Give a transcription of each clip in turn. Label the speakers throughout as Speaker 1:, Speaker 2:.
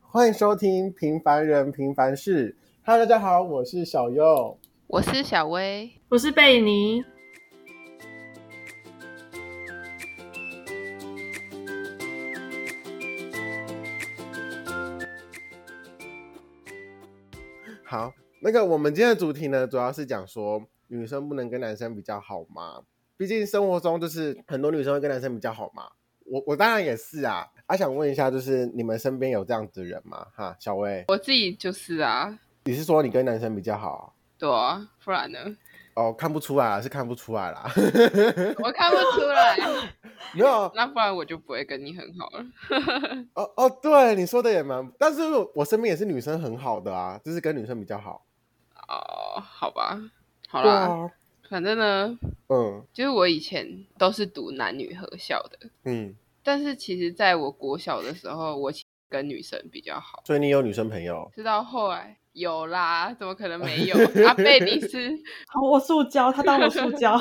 Speaker 1: 欢迎收听《平凡人平凡事》。Hello，大家好，我是小优。
Speaker 2: 我是小薇，
Speaker 3: 我是贝尼。
Speaker 1: 好，那个我们今天的主题呢，主要是讲说女生不能跟男生比较好吗？毕竟生活中就是很多女生会跟男生比较好嘛。我我当然也是啊。啊，想问一下，就是你们身边有这样子的人吗？哈，小薇，
Speaker 2: 我自己就是啊，
Speaker 1: 你是说你跟男生比较好？
Speaker 2: 对啊，不然呢？
Speaker 1: 哦，看不出来啊，是看不出来啦。
Speaker 2: 我看不出来，
Speaker 1: 没有，啊
Speaker 2: 那不然我就不会跟你很好了。
Speaker 1: 哦哦，对，你说的也蛮，但是我我身边也是女生很好的啊，就是跟女生比较好。
Speaker 2: 哦，好吧，好
Speaker 1: 对
Speaker 2: 啦，
Speaker 1: 啊，
Speaker 2: 反正呢，
Speaker 1: 嗯
Speaker 2: 就是我以前都是读男女合校的，
Speaker 1: 嗯，
Speaker 2: 但是其实在我国小的时候，我其实跟女生比较好，
Speaker 1: 所以你有女生朋友？
Speaker 2: 直到后来有啦，怎么可能没有？阿贝你是
Speaker 3: 好，我塑胶，他当我塑 胶。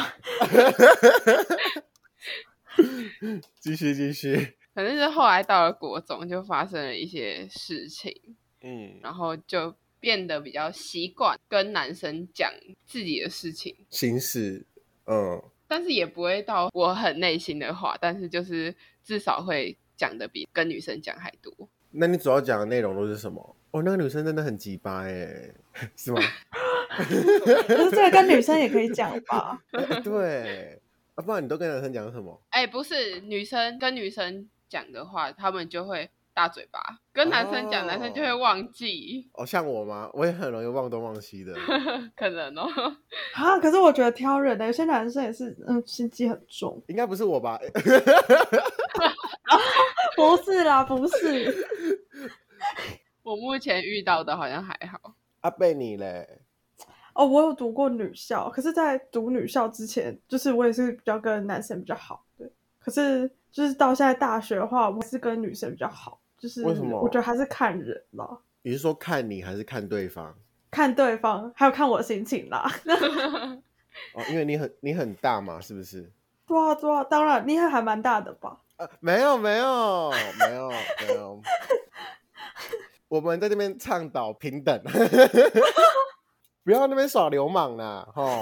Speaker 1: 继续继续。
Speaker 2: 反正是后来到了国中，就发生了一些事情，
Speaker 1: 嗯，
Speaker 2: 然后就变得比较习惯跟男生讲自己的事情，
Speaker 1: 心事，嗯，
Speaker 2: 但是也不会到我很内心的话，但是就是至少会讲的比跟女生讲还多。
Speaker 1: 那你主要讲的内容都是什么？哦，那个女生真的很鸡巴哎， 是吗？
Speaker 3: 可是这个跟女生也可以讲吧？
Speaker 1: 哎对，啊，不然你都跟男生讲什么？
Speaker 2: 哎，不是女生跟女生讲的话，他们就会大嘴巴；跟男生讲，
Speaker 1: 哦
Speaker 2: 男生就会忘记，
Speaker 1: 哦，像我吗？我也很容易忘东忘西的。
Speaker 2: 可能哦。
Speaker 3: 啊，可是我觉得挑人的，有些男生也是，嗯，心机很重。
Speaker 1: 应该不是我吧？
Speaker 3: 不是啦，不是，
Speaker 2: 我目前遇到的好像还好，
Speaker 1: 阿贝你嘞？
Speaker 3: 哦，我有读过女校，可是，在读女校之前，就是我也是比较跟男生比较好，对。可是，就是到现在大学的话，我还是跟女生比较好，就是
Speaker 1: 为什么
Speaker 3: 我觉得还是看人啦，
Speaker 1: 你是说看你还是看对方？
Speaker 3: 看对方，还有看我心情啦。
Speaker 1: 哦，因为你很你很大嘛，是不是？
Speaker 3: 对啊，对啊，当然，你也还蛮大的吧？
Speaker 1: 呃，没有没有没有没有，我们在这边倡导平等， 不要那边耍流氓啦，吼，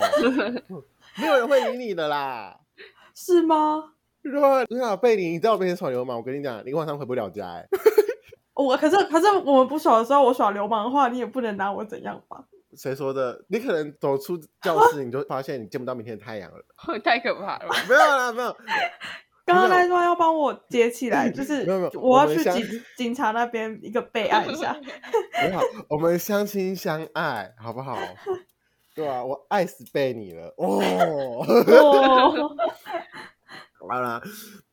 Speaker 1: 没有人会理你的啦。
Speaker 3: 是吗？
Speaker 1: 如果你想贝你，你在我面前耍流氓，我跟你讲，你晚上回不了家、欸。
Speaker 3: 哦我可是可是我们不耍的时候，我耍流氓的话，你也不能拿我怎样吧？
Speaker 1: 谁说的？你可能走出教室，你就发现你见不到明天的太阳了。
Speaker 2: 太可怕了吧。
Speaker 1: 没有啦，没有，
Speaker 3: 刚刚那段要帮我接起 来，就是
Speaker 1: 没有没有
Speaker 3: 我要
Speaker 1: 我们
Speaker 3: 去
Speaker 1: 相
Speaker 3: 警警察那边一个备案一 下。
Speaker 1: 没有，我们相亲相爱，好不好？ 对啊，我爱死贝你了哦。
Speaker 3: 哦，
Speaker 1: 好啦，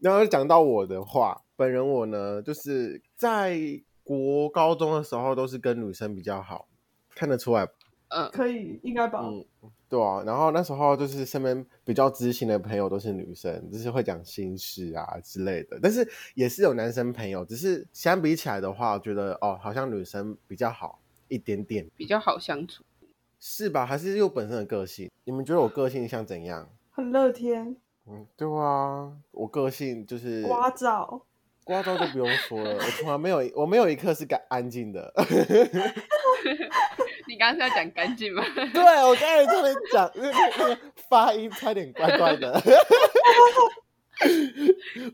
Speaker 1: 然后讲到我的话，本人我呢，就是在国高中的时候都是跟女生比较好，看得出来，
Speaker 2: 嗯，
Speaker 3: 可以，应该吧？
Speaker 1: 嗯，对啊。然后那时候就是身边比较知心的朋友都是女生，就是会讲心事啊之类的，但是也是有男生朋友，只是相比起来的话，我觉得哦，好像女生比较好一点点，
Speaker 2: 比较好相处。
Speaker 1: 是吧？还是又本身的个性？你们觉得我个性像怎样？
Speaker 3: 很乐天，
Speaker 1: 嗯，对啊，我个性就是
Speaker 3: 聒噪，
Speaker 1: 刮到就不用说了，我从来没有，我没有一刻是干安静的。
Speaker 2: 你刚刚是要讲干净吗？
Speaker 1: 对，我刚才差点讲，那个那个发音差点怪怪的。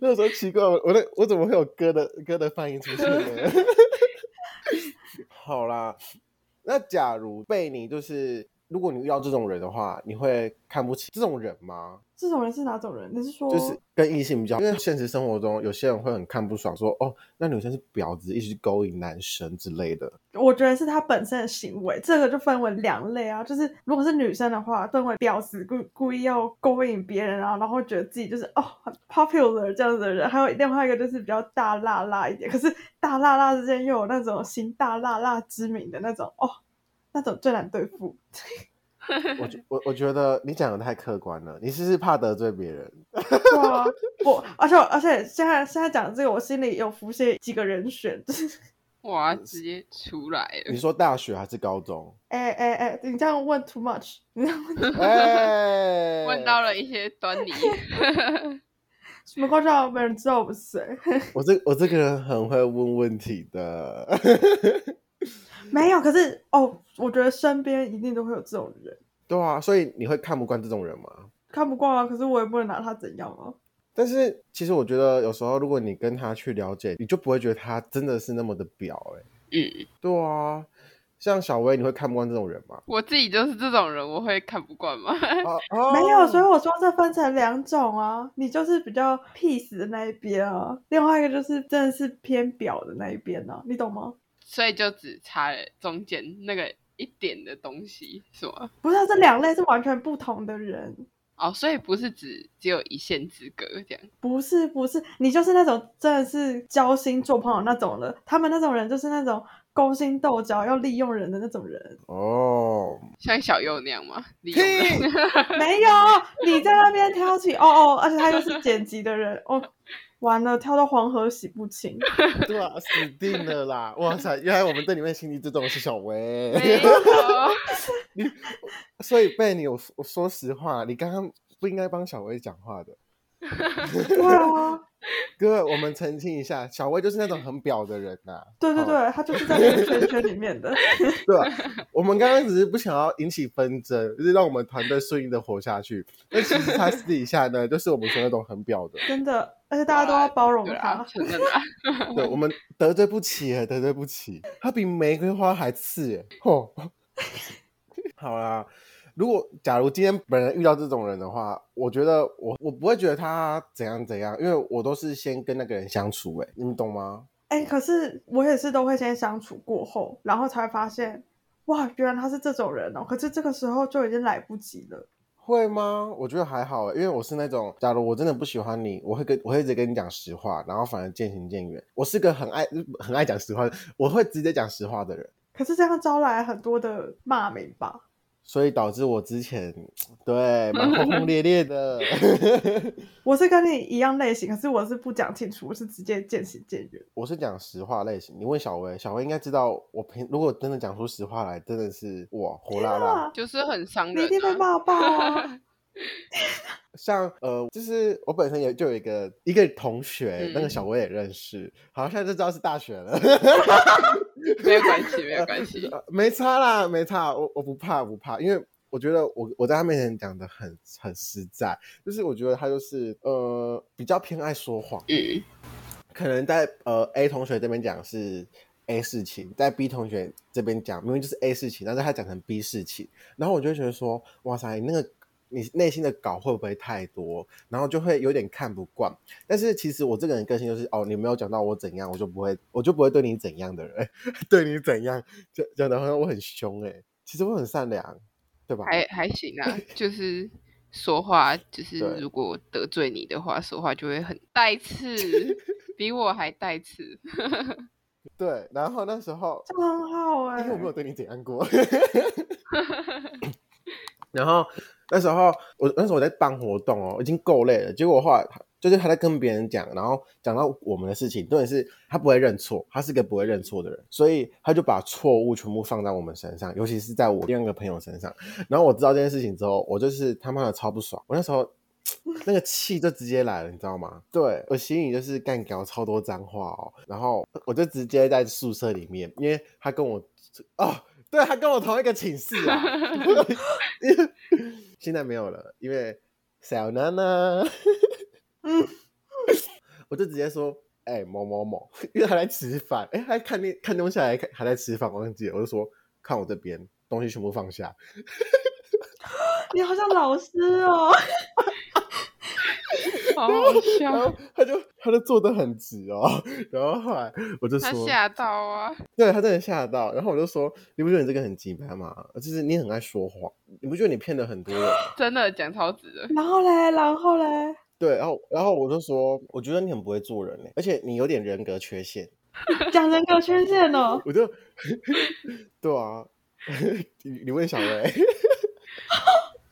Speaker 1: 那时候奇怪，我我那我怎么会有歌的歌的发音出现呢？ 好啦，那假如被你就是，如果你遇到这种人的话，你会看不起这种人吗？
Speaker 3: 这种人是哪种人？你是说
Speaker 1: 就是跟异性比较，因为现实生活中有些人会很看不爽说，哦，那女生是婊子，一直去勾引男生之类的。
Speaker 3: 我觉得是他本身的行为，这个就分为两类啊。就是如果是女生的话，分为婊子故故意要勾引别人啊，然后觉得自己就是哦很 popular 这样子的人；还有另外一个就是比较大辣辣一点，可是大辣辣之间又有那种行大辣辣之名的那种哦，那种最难对付。
Speaker 1: 我 觉我我觉得你讲的太客观了，你是不是怕得罪别人？
Speaker 3: 对啊，我而且我而且现在现在讲这个，我心里有浮现几个人选，就是
Speaker 2: 哇，直接出来了
Speaker 1: 嗯你。说大学还是高 中？
Speaker 3: 哎哎哎，你这样问 too much，你这样问
Speaker 1: 哎，
Speaker 2: 问到了一些端倪，
Speaker 3: 什么高照，没人知道我是谁。
Speaker 1: 我这我这个人很会问问题的，
Speaker 3: 没有，可是哦，我觉得身边一定都会有这种人，
Speaker 1: 对啊，所以你会看不惯这种人吗？
Speaker 3: 看不惯啊，可是我也不能拿他怎样啊。
Speaker 1: 但是其实我觉得有时候如果你跟他去了解，你就不会觉得他真的是那么的婊哎、
Speaker 2: 嗯，
Speaker 1: 对啊，像小薇，你会看不惯这种人吗？
Speaker 2: 我自己就是这种人，我会看不惯吗？
Speaker 1: 哦哦。
Speaker 3: 没有，所以我说这分成两种啊，你就是比较 peace 的那一边啊，另外一个就是真的是偏表的那一边啊，你懂吗？
Speaker 2: 所以就只差了中间那个一点的东西，是吗？
Speaker 3: 不是啊，这两类是完全不同的人。
Speaker 2: 哦，所以不是只只有一线之隔这样。
Speaker 3: 不是不是，你就是那种真的是交心做朋友那种的，他们那种人就是那种勾心斗角要利用人的那种人
Speaker 1: 哦，
Speaker 2: 像小右那样吗？利用人
Speaker 1: 屁，
Speaker 3: 没有，你在那边挑起哦哦，而且他又是剪辑的人哦，完了跳到黄河洗不清。
Speaker 1: 对啊，死定了啦！哇塞，原来我们对你们心里最重的是小薇，
Speaker 2: 没错，
Speaker 1: 所以被你我我说实话，你刚刚不应该帮小薇讲话的。
Speaker 3: 对啊，
Speaker 1: 各位，我们澄清一下，小薇就是那种很表的人呐、
Speaker 3: 对对
Speaker 2: 哦
Speaker 3: 对，他就是在那个圈圈里面的。
Speaker 1: 对啊，我们刚刚只是不想要引起纷争，就是让我们团队顺利的活下去。但其实他私底下呢，就是我们说那种很表的，
Speaker 3: 真的，而且大家都要包容
Speaker 2: 对啊
Speaker 3: 他，。
Speaker 2: 承认啊，
Speaker 1: 对我们得罪不起耶，得罪不起。他比玫瑰花还刺耶，吼！ 好啦，如果假如今天本人遇到这种人的话，我觉得我我不会觉得他怎样怎样，因为我都是先跟那个人相处，哎，你们懂吗？
Speaker 3: 哎、可是我也是都会先相处过后，然后才会发现，哇，原来他是这种人哦。可是这个时候就已经来不及了。
Speaker 1: 会吗？我觉得还好欸，因为我是那种，假如我真的不喜欢你，我会跟我会直接跟你讲实话，然后反而渐行渐远。我是个很爱很爱讲实话，我会直接讲实话的人，
Speaker 3: 可是这样招来很多的骂名吧？
Speaker 1: 所以导致我之前对蛮轰轰烈烈的。
Speaker 3: 我是跟你一样类型，可是我是不讲清楚，我是直接渐行渐远。
Speaker 1: 我是讲实话类型，你问小薇，小薇应该知道我平如果真的讲出实话来，真的是哇火辣辣。
Speaker 3: 啊，
Speaker 2: 就是很伤
Speaker 3: 你一
Speaker 2: 人
Speaker 3: 定被
Speaker 2: 啊。
Speaker 3: 骂爆啊！
Speaker 1: 像呃，就是我本身也就有一个一个同学，那个
Speaker 2: 嗯
Speaker 1: 小薇也认识，好，现在就知道是大学了。
Speaker 2: 没有关系，没有关系。
Speaker 1: 呃没差啦，没差，我我不怕不怕，因为我觉得我我在他面前讲的很很实在，就是我觉得他就是呃比较偏爱说谎，
Speaker 2: 嗯，
Speaker 1: 可能在呃 A 同学这边讲是 A 事情，在 B 同学这边讲明明就是 A 事情，但是他讲成 B 事情，然后我就会觉得说，哇塞，那个你内心的稿会不会太多？然后就会有点看不惯。但是其实我这个人个性就是，哦，你没有讲到我怎样，我就不会，我就不会对你怎样的人， 对你怎样，讲讲的好像我很凶诶、其实我很善良，对吧？
Speaker 2: 还还行啊，就是说话，就是
Speaker 1: 对
Speaker 2: 如果得罪你的话，说话就会很带刺，比我还带刺。
Speaker 1: 对。然后那时候
Speaker 3: 这样很好哎、
Speaker 1: 因为我没有对你怎样过。然后那时候我那时候我在办活动哦，已经够累了。结果后来他就是他在跟别人讲，然后讲到我们的事情，重点是他不会认错，他是个不会认错的人，所以他就把错误全部放在我们身上，尤其是在我另外一个朋友身上。然后我知道这件事情之后，我就是他妈的超不爽，我那时候。那个气就直接来了，你知道吗？对我心里就是干掉超多脏话哦，然后我就直接在宿舍里面，因为他跟我哦，对他跟我同一个寝室 啊，现在没有了，因为小娜娜，
Speaker 3: 嗯，
Speaker 1: 我就直接说，哎、某某某，因为他在吃饭，哎、他看电看东西还看还在吃饭，忘记了，我就说看我这边东西全部放下，
Speaker 3: 你好像老师哦，
Speaker 2: 好好
Speaker 1: 然后
Speaker 2: 笑，
Speaker 1: 他就他就坐得很直哦，然后后来我就
Speaker 2: 他
Speaker 1: 说，
Speaker 2: 吓到啊！
Speaker 1: 对他真的吓到，然后我就说，你不觉得你这个很鸡掰吗？就是你很爱说谎，你不觉得你骗了很多人吗？
Speaker 2: 真的讲超值的，
Speaker 3: 然后嘞，然后嘞，
Speaker 1: 对，然后然后我就说，我觉得你很不会做人欸嘞，而且你有点人格缺陷。
Speaker 3: 讲人格缺陷哦，
Speaker 1: 我就， 对啊， 你你问小薇，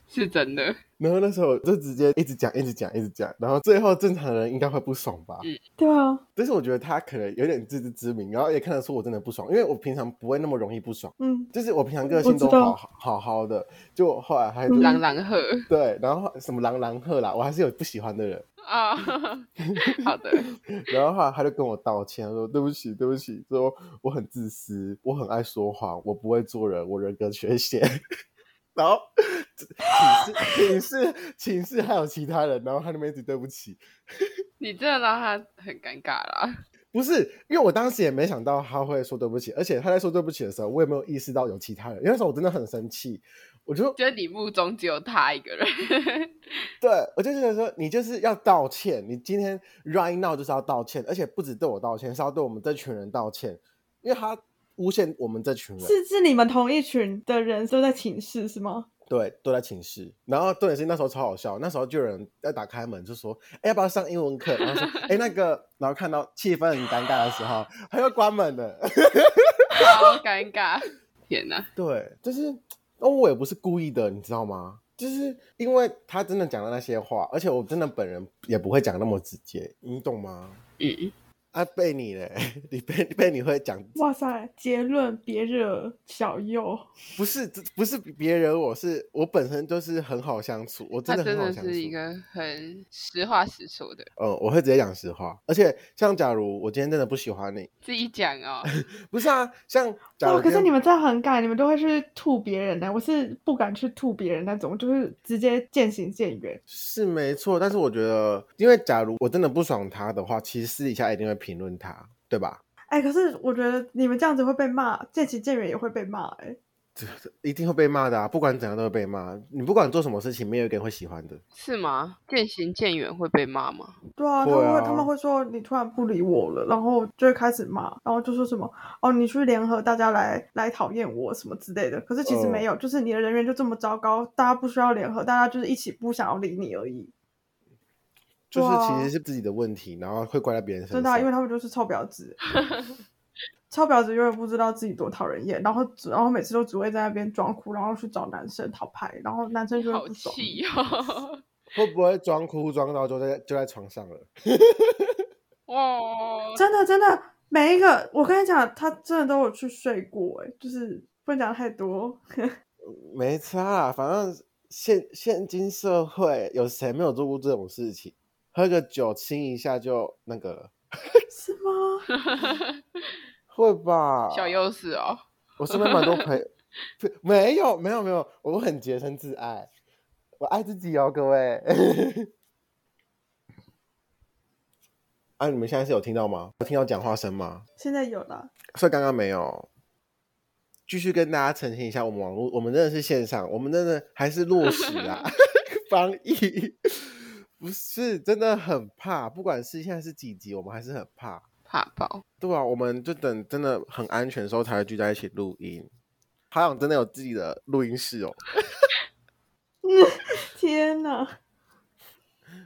Speaker 2: 是真的。
Speaker 1: 然后那时候我就直接一直讲，一直讲，一直讲，然后最后正常人应该会不爽吧？
Speaker 2: 嗯
Speaker 3: 对啊，
Speaker 1: 但是我觉得他可能有点自知之明，然后也看得出我真的不爽，因为我平常不会那么容易不爽，
Speaker 3: 嗯，
Speaker 1: 就是我平常个
Speaker 3: 我
Speaker 1: 性
Speaker 3: 知
Speaker 1: 都
Speaker 3: 道
Speaker 1: 好好好好的，就后来他就
Speaker 3: 嗯
Speaker 2: 朗朗赫，
Speaker 1: 对，然后什么狼狼鹤啦，我还是有不喜欢的人。
Speaker 2: 啊、 好的，
Speaker 1: 然后后来他就跟我道歉，他说对不起，对不起，说我很自私，我很爱说谎，我不会做人，我人格缺陷。 然后寝室寝室寝室还有其他人，然后他那边一直对不起，
Speaker 2: 你真的让他很尴尬啦。
Speaker 1: 不是因为我当时也没想到他会说对不起，而且他在说对不起的时候，我也没有意识到有其他人，因为那时候我真的很生气，我就
Speaker 2: 觉得你目中只有他一个人，
Speaker 1: 对，我就觉得说，你就是要道歉，你今天 right now 就是要道歉，而且不止对我道歉，是要对我们这群人道歉，因为他诬陷我们这群人，
Speaker 3: 是是你们同一群的人都在寝室是吗？
Speaker 1: 对，都在寝室。然后重点是那时候超好笑，那时候就有人在打开门就说，哎，要不要上英文课？然后说，哎，那个，然后看到气氛很尴尬的时候，他又关门了。
Speaker 2: 好尴尬，天哪！
Speaker 1: 对，就是，哦，我也不是故意的，你知道吗？就是因为他真的讲了那些话，而且我真的本人也不会讲那么直接，你懂吗？
Speaker 2: 嗯，
Speaker 1: 啊，被你嘞， 你被被你会讲，
Speaker 3: 哇塞，结论别惹小右，
Speaker 1: 不是这不是别人，我是我本身就是很好相处，我
Speaker 2: 他
Speaker 1: 真的
Speaker 2: 真
Speaker 1: 很好
Speaker 2: 的
Speaker 1: 相处。
Speaker 2: 是一个很实话实说的，
Speaker 1: 嗯，我会直接讲实话，而且像假如我今天真的不喜欢你，
Speaker 2: 自己讲哦。
Speaker 1: 不是啊，像假如
Speaker 3: 哇！可是
Speaker 1: 今
Speaker 3: 你
Speaker 1: 天
Speaker 3: 们这很敢，你们都会去吐别人的，我是不敢去吐别人那种，就是直接渐行渐远。
Speaker 1: 是没错，但是我觉得，因为假如我真的不爽他的话，其实私底下一定会评论他，对吧？
Speaker 3: 哎、可是我觉得你们这样子会被骂，渐行渐远也会被骂、哎，
Speaker 1: 一定会被骂的啊，不管怎样都会被骂。你不管做什么事情，没有一个人会喜欢的。
Speaker 2: 是吗？渐行渐远会被骂吗？
Speaker 3: 对啊，他
Speaker 1: 会
Speaker 3: 们会、
Speaker 1: 啊
Speaker 3: 他们会说你突然不理我了，然后就会开始骂，然后就说什么哦，你去联合大家来来讨厌我什么之类的。可是其实
Speaker 1: 哦
Speaker 3: 没有，就是你的人缘就这么糟糕，大家不需要联合，大家就是一起不想要理你而已。
Speaker 1: 就是
Speaker 3: 对啊
Speaker 1: 其实是自己的问题，然后会怪在别人身
Speaker 3: 真
Speaker 1: 上。
Speaker 3: 的啊、因为他们就是臭婊子， 臭婊子永远不知道自己多讨人厌，然后然后每次都只会在那边装哭，然后去找男生讨拍，然后男生就会
Speaker 2: 好
Speaker 3: 不爽。
Speaker 2: 气哦！
Speaker 1: 会不会装哭装到就在就在床上了？
Speaker 2: 哇，
Speaker 3: 真的真的，每一个我跟你讲，他真的都有去睡过、欸，就是不能讲太多。
Speaker 1: 没差啦，反正现现今社会有谁没有做过这种事情？喝个酒亲一下就那个了，
Speaker 3: 是吗？
Speaker 1: 会吧？
Speaker 2: 小，优势哦，
Speaker 1: 我身边蛮多 朋友，不没有没有没有，我很洁身自爱，我爱自己哦，各位。 啊，你们现在是有听到吗？有听到讲话声吗？
Speaker 3: 现在有了，
Speaker 1: 所以刚刚没有。继续跟大家澄清一下，我们网络，我们真的是线上，我们真的还是落实啊， 防疫不是真的很怕，不管是现在是几级，我们还是很怕，
Speaker 2: 怕爆。
Speaker 1: 对啊，我们就等真的很安全的时候才会聚在一起录音。好想真的有自己的录音室哦。
Speaker 3: 嗯天哪！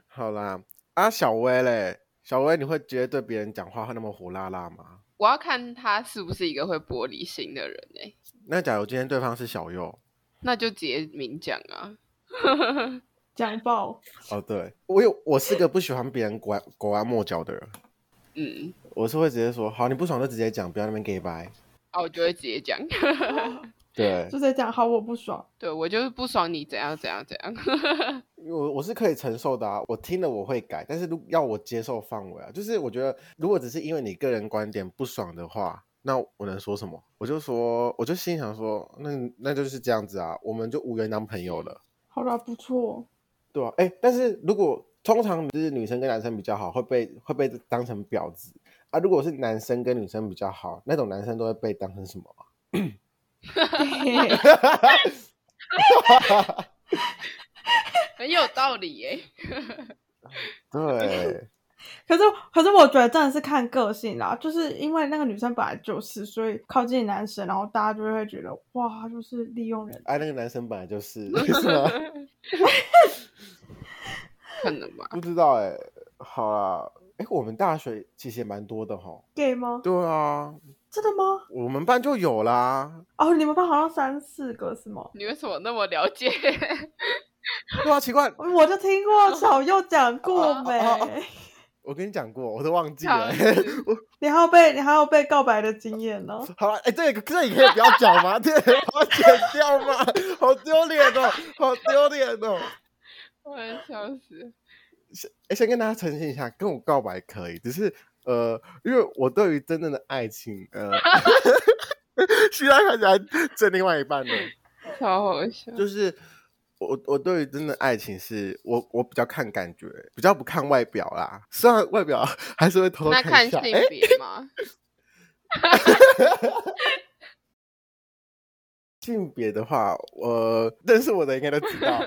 Speaker 1: 好啦，啊，小薇嘞，小薇，你会觉得对别人讲话会那么火辣辣吗？
Speaker 2: 我要看他是不是一个会玻璃心的人哎、
Speaker 1: 那假如今天对方是小右，
Speaker 2: 那就直接明讲啊。
Speaker 3: 讲爆！
Speaker 1: 哦，对我有，我是个不喜欢别人拐拐弯抹角的人。
Speaker 2: 嗯，
Speaker 1: 我是会直接说，好，你不爽就直接讲，不要那边 gay 白。
Speaker 2: 啊，我就会直接讲。
Speaker 1: 对，
Speaker 3: 就在讲好我不爽，
Speaker 2: 对我就是不爽你怎样怎样怎样。
Speaker 1: 我我是可以承受的啊，我听了我会改，但是如要我接受范围啊，就是我觉得如果只是因为你个人观点不爽的话，那我能说什么？我就说，我就心想说，那那就是这样子啊，我们就无缘当朋友了，
Speaker 3: 好啦，不错。
Speaker 1: 对啊，哎，但是如果通常就是女生跟男生比较好，会被会被当成婊子啊；如果是男生跟女生比较好，那种男生都会被当成什么啊？
Speaker 2: 很有道理耶、
Speaker 1: 对，
Speaker 3: 可是，可是我觉得真的是看个性啦，就是因为那个女生本来就是，所以靠近男生，然后大家就会觉得哇，就是利用人。
Speaker 1: 哎、那个男生本来就是是吗？
Speaker 2: 可能吧。
Speaker 1: 不知道哎、好啦，哎、我们大学其实也蛮多的哈。
Speaker 3: gay 吗？
Speaker 1: 对啊，
Speaker 3: 真的吗？
Speaker 1: 我们班就有啦。
Speaker 3: 哦，你们班好像三四个是吗？
Speaker 2: 你为什么那么了 解？
Speaker 1: 对啊，奇怪，
Speaker 3: 哦我就听过小右讲过
Speaker 1: 哦哦
Speaker 3: 没？
Speaker 1: 我跟你讲过，我都忘记了
Speaker 2: 尝。
Speaker 3: 你还有被你还有被告白的经验呢？
Speaker 1: 好了，哎、这个这里可以不要讲 吗？这个要剪掉吗？好丢脸哦，好丢脸哦。
Speaker 2: 我要笑死。
Speaker 1: 先诶先跟大家澄清一下，跟我告白可以，只是呃，因为我对于真正的爱情，呃， 需要看起来争另外一半的，
Speaker 2: 超好笑。
Speaker 1: 就是我我对于真的爱情是我我比较看感觉，比较不看外表啦。虽然外表 还是会偷偷
Speaker 2: 那
Speaker 1: 看
Speaker 2: 看
Speaker 1: 一下，
Speaker 2: 性
Speaker 1: 哎、
Speaker 2: 别吗？
Speaker 1: 性别的话，呃，认识我的应该都知 道。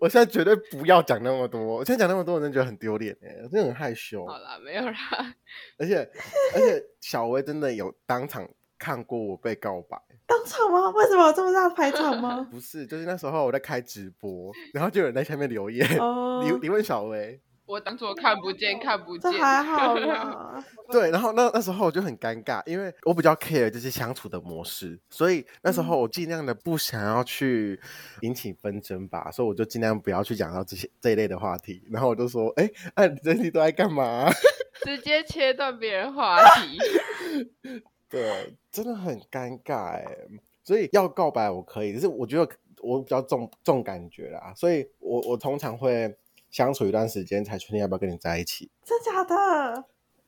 Speaker 1: 我现在绝对不要讲那么多，我现在讲那么多，我真的觉得很丢脸哎，我真的很害羞。
Speaker 2: 好啦，没有啦。
Speaker 1: 而且而且小薇真的有当场看过我被告白，
Speaker 3: 当场吗？为什么有这么大的排场吗？
Speaker 1: 不是，就是那时候我在开直播，然后就有人在下面留言。
Speaker 3: 哦
Speaker 1: 你，你问小薇，
Speaker 2: 我当做看不见，看不
Speaker 3: 这
Speaker 2: 见。
Speaker 3: 还好啦。
Speaker 1: 对，然后那那时候我就很尴尬，因为我比较 care 就是相处的模式，所以那时候我尽量的不想要去引起纷争吧，所以我就尽量不要去讲到这些这一类的话题。然后我就说，哎，啊，你整体都在干嘛、
Speaker 2: 直接切断别人话题。
Speaker 1: 对，真的很尴尬哎。所以要告白我可以，只是我觉得我比较重重感觉啦，所以我我通常会相处一段时间才确定要不要跟你在一起，
Speaker 3: 真假的？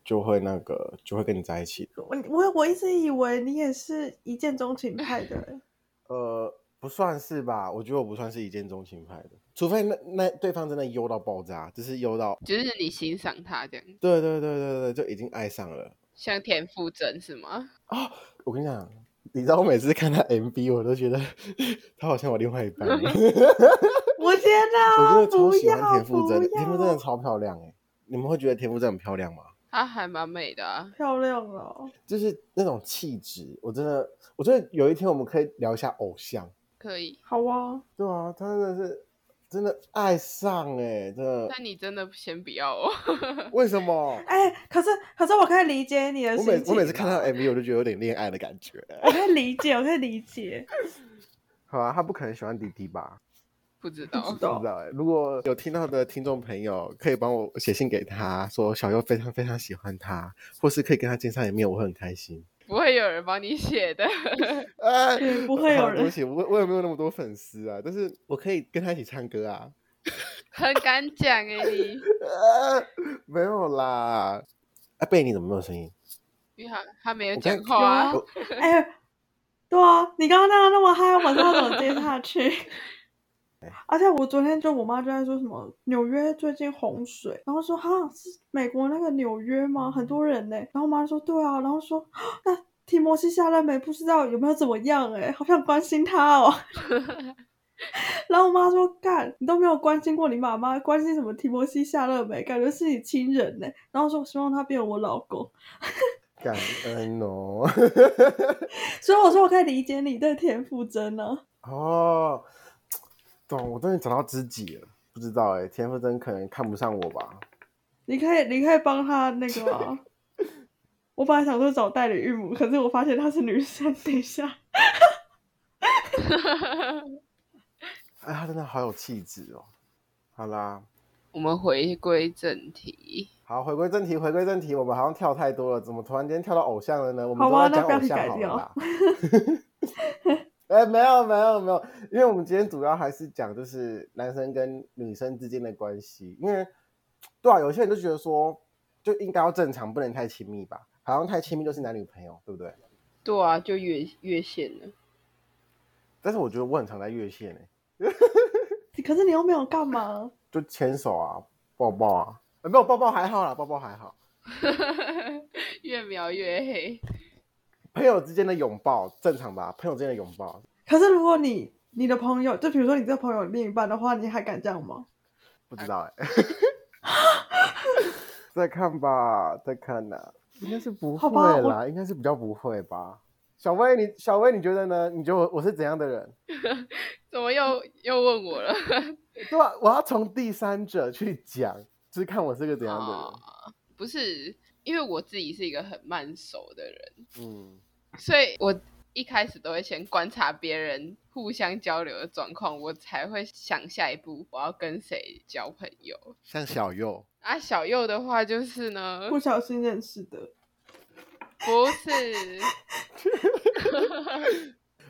Speaker 1: 就会那个就会跟你在一起。
Speaker 3: 我我我一直以为你也是一见钟情派的 欸，
Speaker 1: 呃，不算是吧？我觉得我不算是一见钟情派的，除非那那对方真的优到爆炸，就是优到
Speaker 2: 就是你欣赏他这样，
Speaker 1: 对对对对对，就已经爱上了
Speaker 2: 像田馥甄是吗？
Speaker 1: 啊、我跟你讲，你知道我每次看他 MV，我都觉得 他好像我另外一半。
Speaker 3: 我天 哪！
Speaker 1: 我真的超
Speaker 3: 不
Speaker 1: 喜欢
Speaker 3: 要
Speaker 1: 田馥甄的，
Speaker 3: 不
Speaker 1: 田馥
Speaker 3: 要
Speaker 1: 甄真的超漂亮哎、你们会觉得田馥甄很漂亮吗？
Speaker 2: 他还蛮美的、啊。
Speaker 3: 漂亮哦了。
Speaker 1: 就是那种气质，我真的，我觉得有一天我们可以聊一下偶像。
Speaker 2: 可以，
Speaker 3: 好啊，
Speaker 1: 对啊，他真的是真的爱上哎、真的。
Speaker 2: 但你真的先不要哦。
Speaker 1: 为什 么？
Speaker 3: 哎、可是可是我可以理解你的
Speaker 1: 我
Speaker 3: 心
Speaker 1: 每
Speaker 3: 情。
Speaker 1: 我每次看他，的 MV，我就觉得有点恋爱的感觉。
Speaker 3: 我可以理解，我可以理解。
Speaker 1: 好啊，他不可能喜欢迪迪吧？
Speaker 2: 不知
Speaker 3: 不
Speaker 2: 道
Speaker 3: 知，
Speaker 1: 不
Speaker 3: 道
Speaker 1: 知，道哎、如果有听到的听众朋友，可以帮我写信给他，说小优非常非常喜欢他，或是可以跟他见上一面，我会很开心。
Speaker 2: 不会有人帮你写的。
Speaker 1: 哎、
Speaker 3: 对不会
Speaker 1: 好
Speaker 3: 有
Speaker 1: 啦对不
Speaker 3: 人。
Speaker 1: 起，我我也没有那么多粉丝啊，但是我可以跟他一起唱歌啊。
Speaker 2: 很敢讲哎、你，
Speaker 1: 呃，没有啦。啊，贝，你怎么没有声音？
Speaker 2: 因为他他没有
Speaker 1: 我
Speaker 2: 讲
Speaker 1: 刚
Speaker 2: 话、啊
Speaker 1: 有，
Speaker 3: 哎、对啊，你刚刚那样那么嗨，我晚上要怎么接下去？而且我昨天就我妈就在说什么纽约最近洪水，然后说哈是美国那个纽约吗？很多人呢、然后我妈说对啊，然后说啊那提摩西夏勒梅不知道有没有怎么样哎、好想关心他哦。然后我妈说干你都没有关心过你妈妈，关心什么提摩西夏勒梅，感觉是你亲人呢、然后说我希望他变我老公，
Speaker 1: 感恩哦。
Speaker 3: 所以我说我可以理解你对田馥甄啊呢、
Speaker 1: 哦，懂，我终于找到知己了。不知道哎、田馥甄可能看不上我吧？
Speaker 3: 你可以，你可以帮他那 个啊、我本来想说找代理孕母，可是我发现她是女生。等一下，
Speaker 1: 哎，他真的好有气质哦。好啦，
Speaker 2: 我们回归正题，
Speaker 1: 好，回归正题，回归正题，我们好像跳太多了，怎么突然间跳到偶像了呢？我们
Speaker 3: 好
Speaker 1: 都在
Speaker 3: 吧
Speaker 1: 讲偶
Speaker 3: 那标题
Speaker 1: 像
Speaker 3: 改
Speaker 1: 好了
Speaker 3: 掉
Speaker 1: 啦。 哎、没有没有没有，因为我们今天主要还是讲就是男生跟女生之间的关系，因为对啊，有些人就觉得说就应该要正常，不能太亲密吧，好像太亲密就是男女朋友，对不对？
Speaker 2: 对啊，就越越线了。
Speaker 1: 但是我觉得我很常在越线哎、
Speaker 3: 可是你又没有干嘛？
Speaker 1: 就牵手啊，抱抱啊，呃没有抱抱还好啦，抱抱还好，
Speaker 2: 越描越黑，
Speaker 1: 朋友之间的拥抱正常吧，朋友之间的拥抱，
Speaker 3: 可是如果你你的朋友，就比如说你这朋友另一半的话，你还敢这样吗？
Speaker 1: 不知道哎、 再看吧，再看呐、应该是不
Speaker 3: 好吧
Speaker 1: 会啦，应该是比较不会吧。小薇，你小薇，你觉得呢？你觉得我我是怎样的人？
Speaker 2: 怎么又又问我了？
Speaker 1: 对吧？我要从第三者去讲，就是看我是个怎样的人。
Speaker 2: 啊不是，因为我自己是一个很慢熟的人，
Speaker 1: 嗯，
Speaker 2: 所以我一开始都会先观察别人互相交流的状况，我才会想下一步我要跟谁交朋友。
Speaker 1: 像小右，
Speaker 2: 啊，小右的话就是呢，
Speaker 3: 不小心认识 的，
Speaker 2: 不是，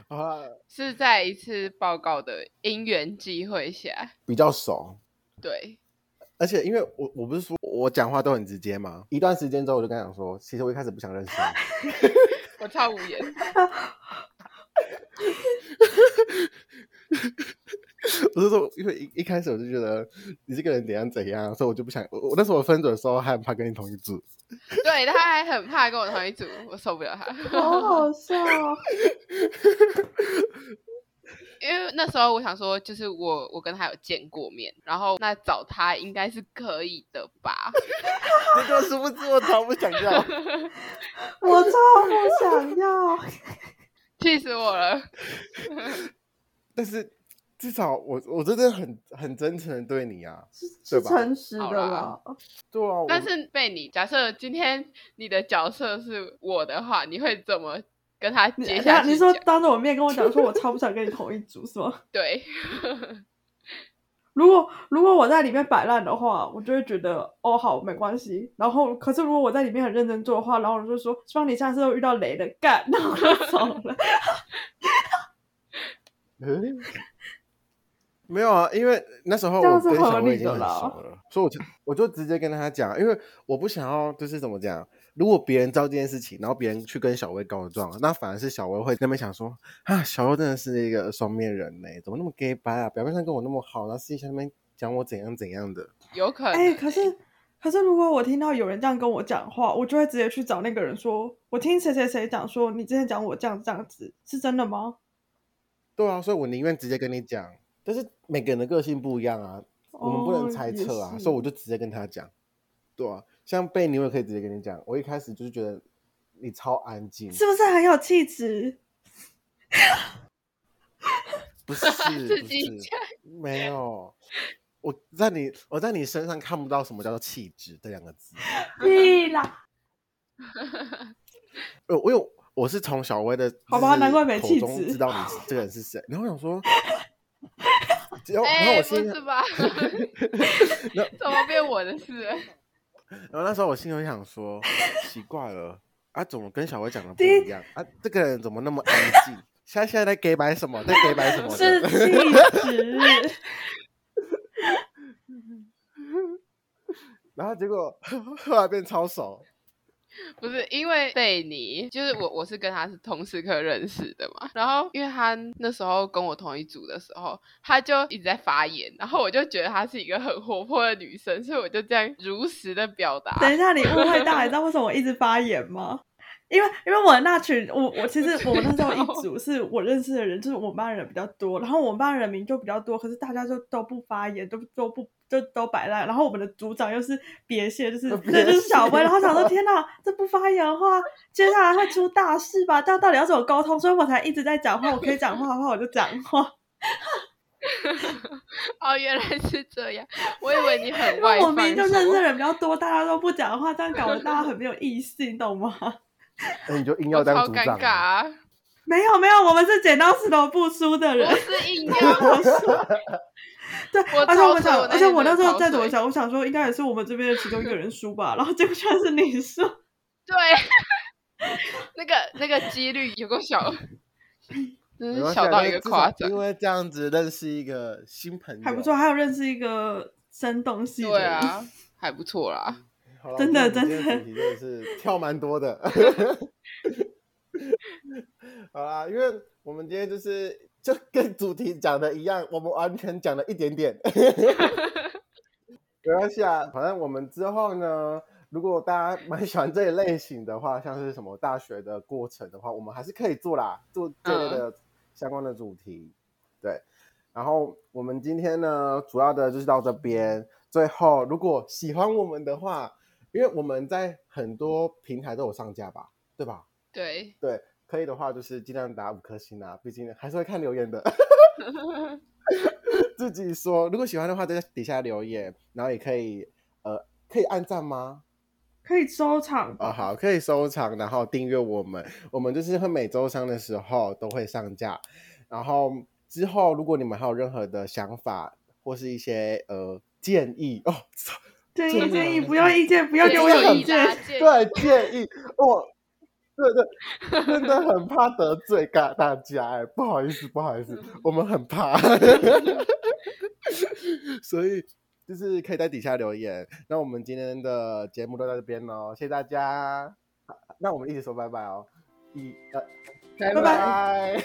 Speaker 1: 好啊，
Speaker 2: 是在一次报告的因缘际会下，
Speaker 1: 比较熟。
Speaker 2: 对，
Speaker 1: 而且因为我我不是说我讲话都很直接吗？一段时间之后，我就跟他讲说，其实我一开始不想认识你，
Speaker 2: 我超无言。
Speaker 1: 我是说，因为一一开始我就觉得你这个人怎样怎样，所以我就不想。我我那时候我分组的时候，还很怕跟你同一 组。
Speaker 2: 对，他还很怕跟我同一组，我受不了他。
Speaker 3: 好好笑哦！
Speaker 2: 因为那时候我想说，就是我我跟他有见过面，然后那找他应该是可以的吧？
Speaker 1: 结果殊不知我超不想要。
Speaker 3: 我超不想要。
Speaker 2: 气死我了！
Speaker 3: 哦
Speaker 1: 但是至少我我真的很很真诚的对你啊，
Speaker 3: 是
Speaker 1: 对
Speaker 3: 是
Speaker 1: 吧
Speaker 3: 诚实的
Speaker 2: 好
Speaker 3: 啦
Speaker 2: 啦。
Speaker 1: 对啊。我
Speaker 2: 但是被你假设今天你的角色是我的话，你会怎么跟他
Speaker 3: 你哎
Speaker 2: 接下去
Speaker 3: 你说
Speaker 2: 讲
Speaker 3: 当着我面跟我讲说，我超不想跟你同一组，是吗？
Speaker 2: 对，
Speaker 3: 如果如果我在里面摆烂的话，我就会觉得哦好没关系。然后可是如果我在里面很认真做的话，然后我就说希望你下次都遇到雷的干， 然后我就走 了。
Speaker 1: 嗯 没有啊，因为那时候
Speaker 3: 这样
Speaker 1: 我
Speaker 3: 是
Speaker 1: 跟
Speaker 3: 合
Speaker 1: 小薇
Speaker 3: 理
Speaker 1: 已经
Speaker 3: 的
Speaker 1: 很熟
Speaker 3: 啦
Speaker 1: 了，所以我就我就直接跟他讲，因为我不想要就是怎么讲，如果别人知道这件事情，然后别人去跟小薇告状，那反而是小薇会在那边想说啊，小薇真的是一个双面人呢、怎么那么 gay 白啊？表面上跟我那么好，然后私底下那边讲我怎样怎样的。
Speaker 2: 有可能。
Speaker 3: 哎、可是可是如果我听到有人这样跟我讲话，我就会直接去找那个人说，我听谁谁谁讲说你之前讲我这样这样子是真的吗？
Speaker 1: 对啊，所以我宁愿直接跟你讲，但是每个人的个性不一样啊，我们不能
Speaker 3: 哦
Speaker 1: 猜
Speaker 3: 也
Speaker 1: 测啊，
Speaker 3: 是
Speaker 1: 所以我就直接跟他讲，对啊，像贝尼我也可以直接跟你讲，我一开始就是觉得你超安静，
Speaker 3: 是不是很有气质？
Speaker 1: 不 是
Speaker 2: 自
Speaker 1: 不
Speaker 2: 己
Speaker 1: 是
Speaker 2: 讲
Speaker 1: 没有，我在你我在你身上看不到什么叫做气质这两个字，
Speaker 3: 屁啦！
Speaker 1: 呃，我有我是从小薇的
Speaker 3: 好吧
Speaker 1: 就是
Speaker 3: 难怪没
Speaker 1: 口
Speaker 3: 气
Speaker 1: 中
Speaker 3: 质
Speaker 1: 知道你这个人是谁，然后我想 说。然后，然后
Speaker 2: 哎、
Speaker 1: 我
Speaker 2: 不
Speaker 1: 心里
Speaker 2: 是吧？
Speaker 1: 那
Speaker 2: 怎么变我的事了？
Speaker 1: 然后那时候我心里想说，奇怪了，啊，怎么跟小薇讲的不
Speaker 3: 第一
Speaker 1: 一样？啊，这个人怎么那么安静？现在现在在给白什么？在给白什么
Speaker 3: 是
Speaker 1: 的？
Speaker 3: 气 质。
Speaker 1: 然后结果后来变超熟，
Speaker 2: 不是因为贝尼，就是我，我是跟他是同时课认识的嘛。然后因为他那时候跟我同一组的时候，他就一直在发言，然后我就觉得她是一个很活泼的女生，所以我就这样如实的表达。
Speaker 3: 等一下，你误会 大，你知道为什么我一直发言吗？因为因为我的那群，我我其实
Speaker 2: 不知道
Speaker 3: 我那时候一组是我认识的人，就是我们班人比较多，然后我们班人名就比较多，可是大家就都不发言，都都不就都摆烂，然后我们的组长又是别谢，就是
Speaker 1: 别谢
Speaker 3: 对，就是小薇，然后想说天哪，这不发言的话，接下来会出大事吧？这样到底要怎么沟通？所以我才一直在讲话，我可以讲话的话我就讲话，
Speaker 2: 哦，原来是这样，我以为你很
Speaker 3: 因
Speaker 2: 外
Speaker 3: 为我
Speaker 2: 放。
Speaker 3: 明明就认识的人比较多，大家都不讲话，这样搞得大家很没有意思，你懂吗？
Speaker 1: 那你就硬要
Speaker 2: 我
Speaker 1: 当
Speaker 2: 超
Speaker 1: 组
Speaker 2: 尴
Speaker 1: 长
Speaker 2: 尬、
Speaker 1: 啊。
Speaker 2: 啊，
Speaker 3: 没有没有，我们是剪刀石头布输的人
Speaker 2: 我。是硬
Speaker 3: 好
Speaker 2: 要。
Speaker 3: 笑对，
Speaker 2: 我
Speaker 3: 而且我
Speaker 2: 超
Speaker 3: 想，
Speaker 2: 水我那天真
Speaker 3: 而且我那时
Speaker 2: 的
Speaker 3: 候
Speaker 2: 超
Speaker 3: 再怎么
Speaker 2: 水
Speaker 3: 想，我想说应该也是我们这边的其中一个人输吧， 然后结果居然是你 输，
Speaker 2: 对，那个那个几率有 够小，真
Speaker 1: 没关系
Speaker 2: 是小
Speaker 1: 啊
Speaker 2: 到
Speaker 1: 因
Speaker 2: 一
Speaker 1: 为
Speaker 2: 个
Speaker 1: 至
Speaker 2: 夸
Speaker 1: 少
Speaker 2: 张
Speaker 1: 因。为这样子认识一个新朋友，
Speaker 3: 还不错，还有认识一个生动系的
Speaker 2: 对
Speaker 3: 人。
Speaker 2: 啊，还不错啦。
Speaker 1: 好啦。
Speaker 3: 真的
Speaker 1: 我觉得你
Speaker 3: 真
Speaker 1: 今天
Speaker 3: 的
Speaker 1: 主题真的是跳蛮多的。好啦，因为我们今天就是就跟主题讲的一样，我们完全讲了一点点。没关系啊，反正我们之后呢，如果大家蛮喜欢这一类型的话，像是什么大学的过程的话，我们还是可以做啦，做这类的相关的主题。对，然后我们今天呢，主要的就是到这边。最后，如果喜欢我们的话，因为我们在很多平台都有上架吧，对吧？
Speaker 2: 对，
Speaker 1: 对，可以的话就是尽量打五颗星啊，毕竟还是会看留言的。 自己说，如果喜欢的话，就在底下留言，然后也可以呃，可以按赞吗？
Speaker 3: 可以收场
Speaker 1: 啊、
Speaker 3: 吧？
Speaker 1: 好，可以收藏，然后订阅我们。我们就是会每周三的时候都会上架。然后之后，如果你们还有任何的想法或是一些呃建议哦，操这
Speaker 3: 建议
Speaker 1: 个
Speaker 3: 建议
Speaker 1: 很
Speaker 3: 不要意见，不要给我
Speaker 1: 这个
Speaker 3: 有
Speaker 1: 很
Speaker 3: 意见。
Speaker 2: 建议啦，
Speaker 1: 对，建议我，对对，真的 很怕得罪大大家、哎，不
Speaker 2: 嗯
Speaker 1: 好意思，不好意思，我们很怕，所以就是可以在底下留言。那我们今天的节目都到这边喽，谢谢大家。好那我们一起说拜拜哦，一呃，
Speaker 2: 拜
Speaker 3: 拜
Speaker 1: 拜。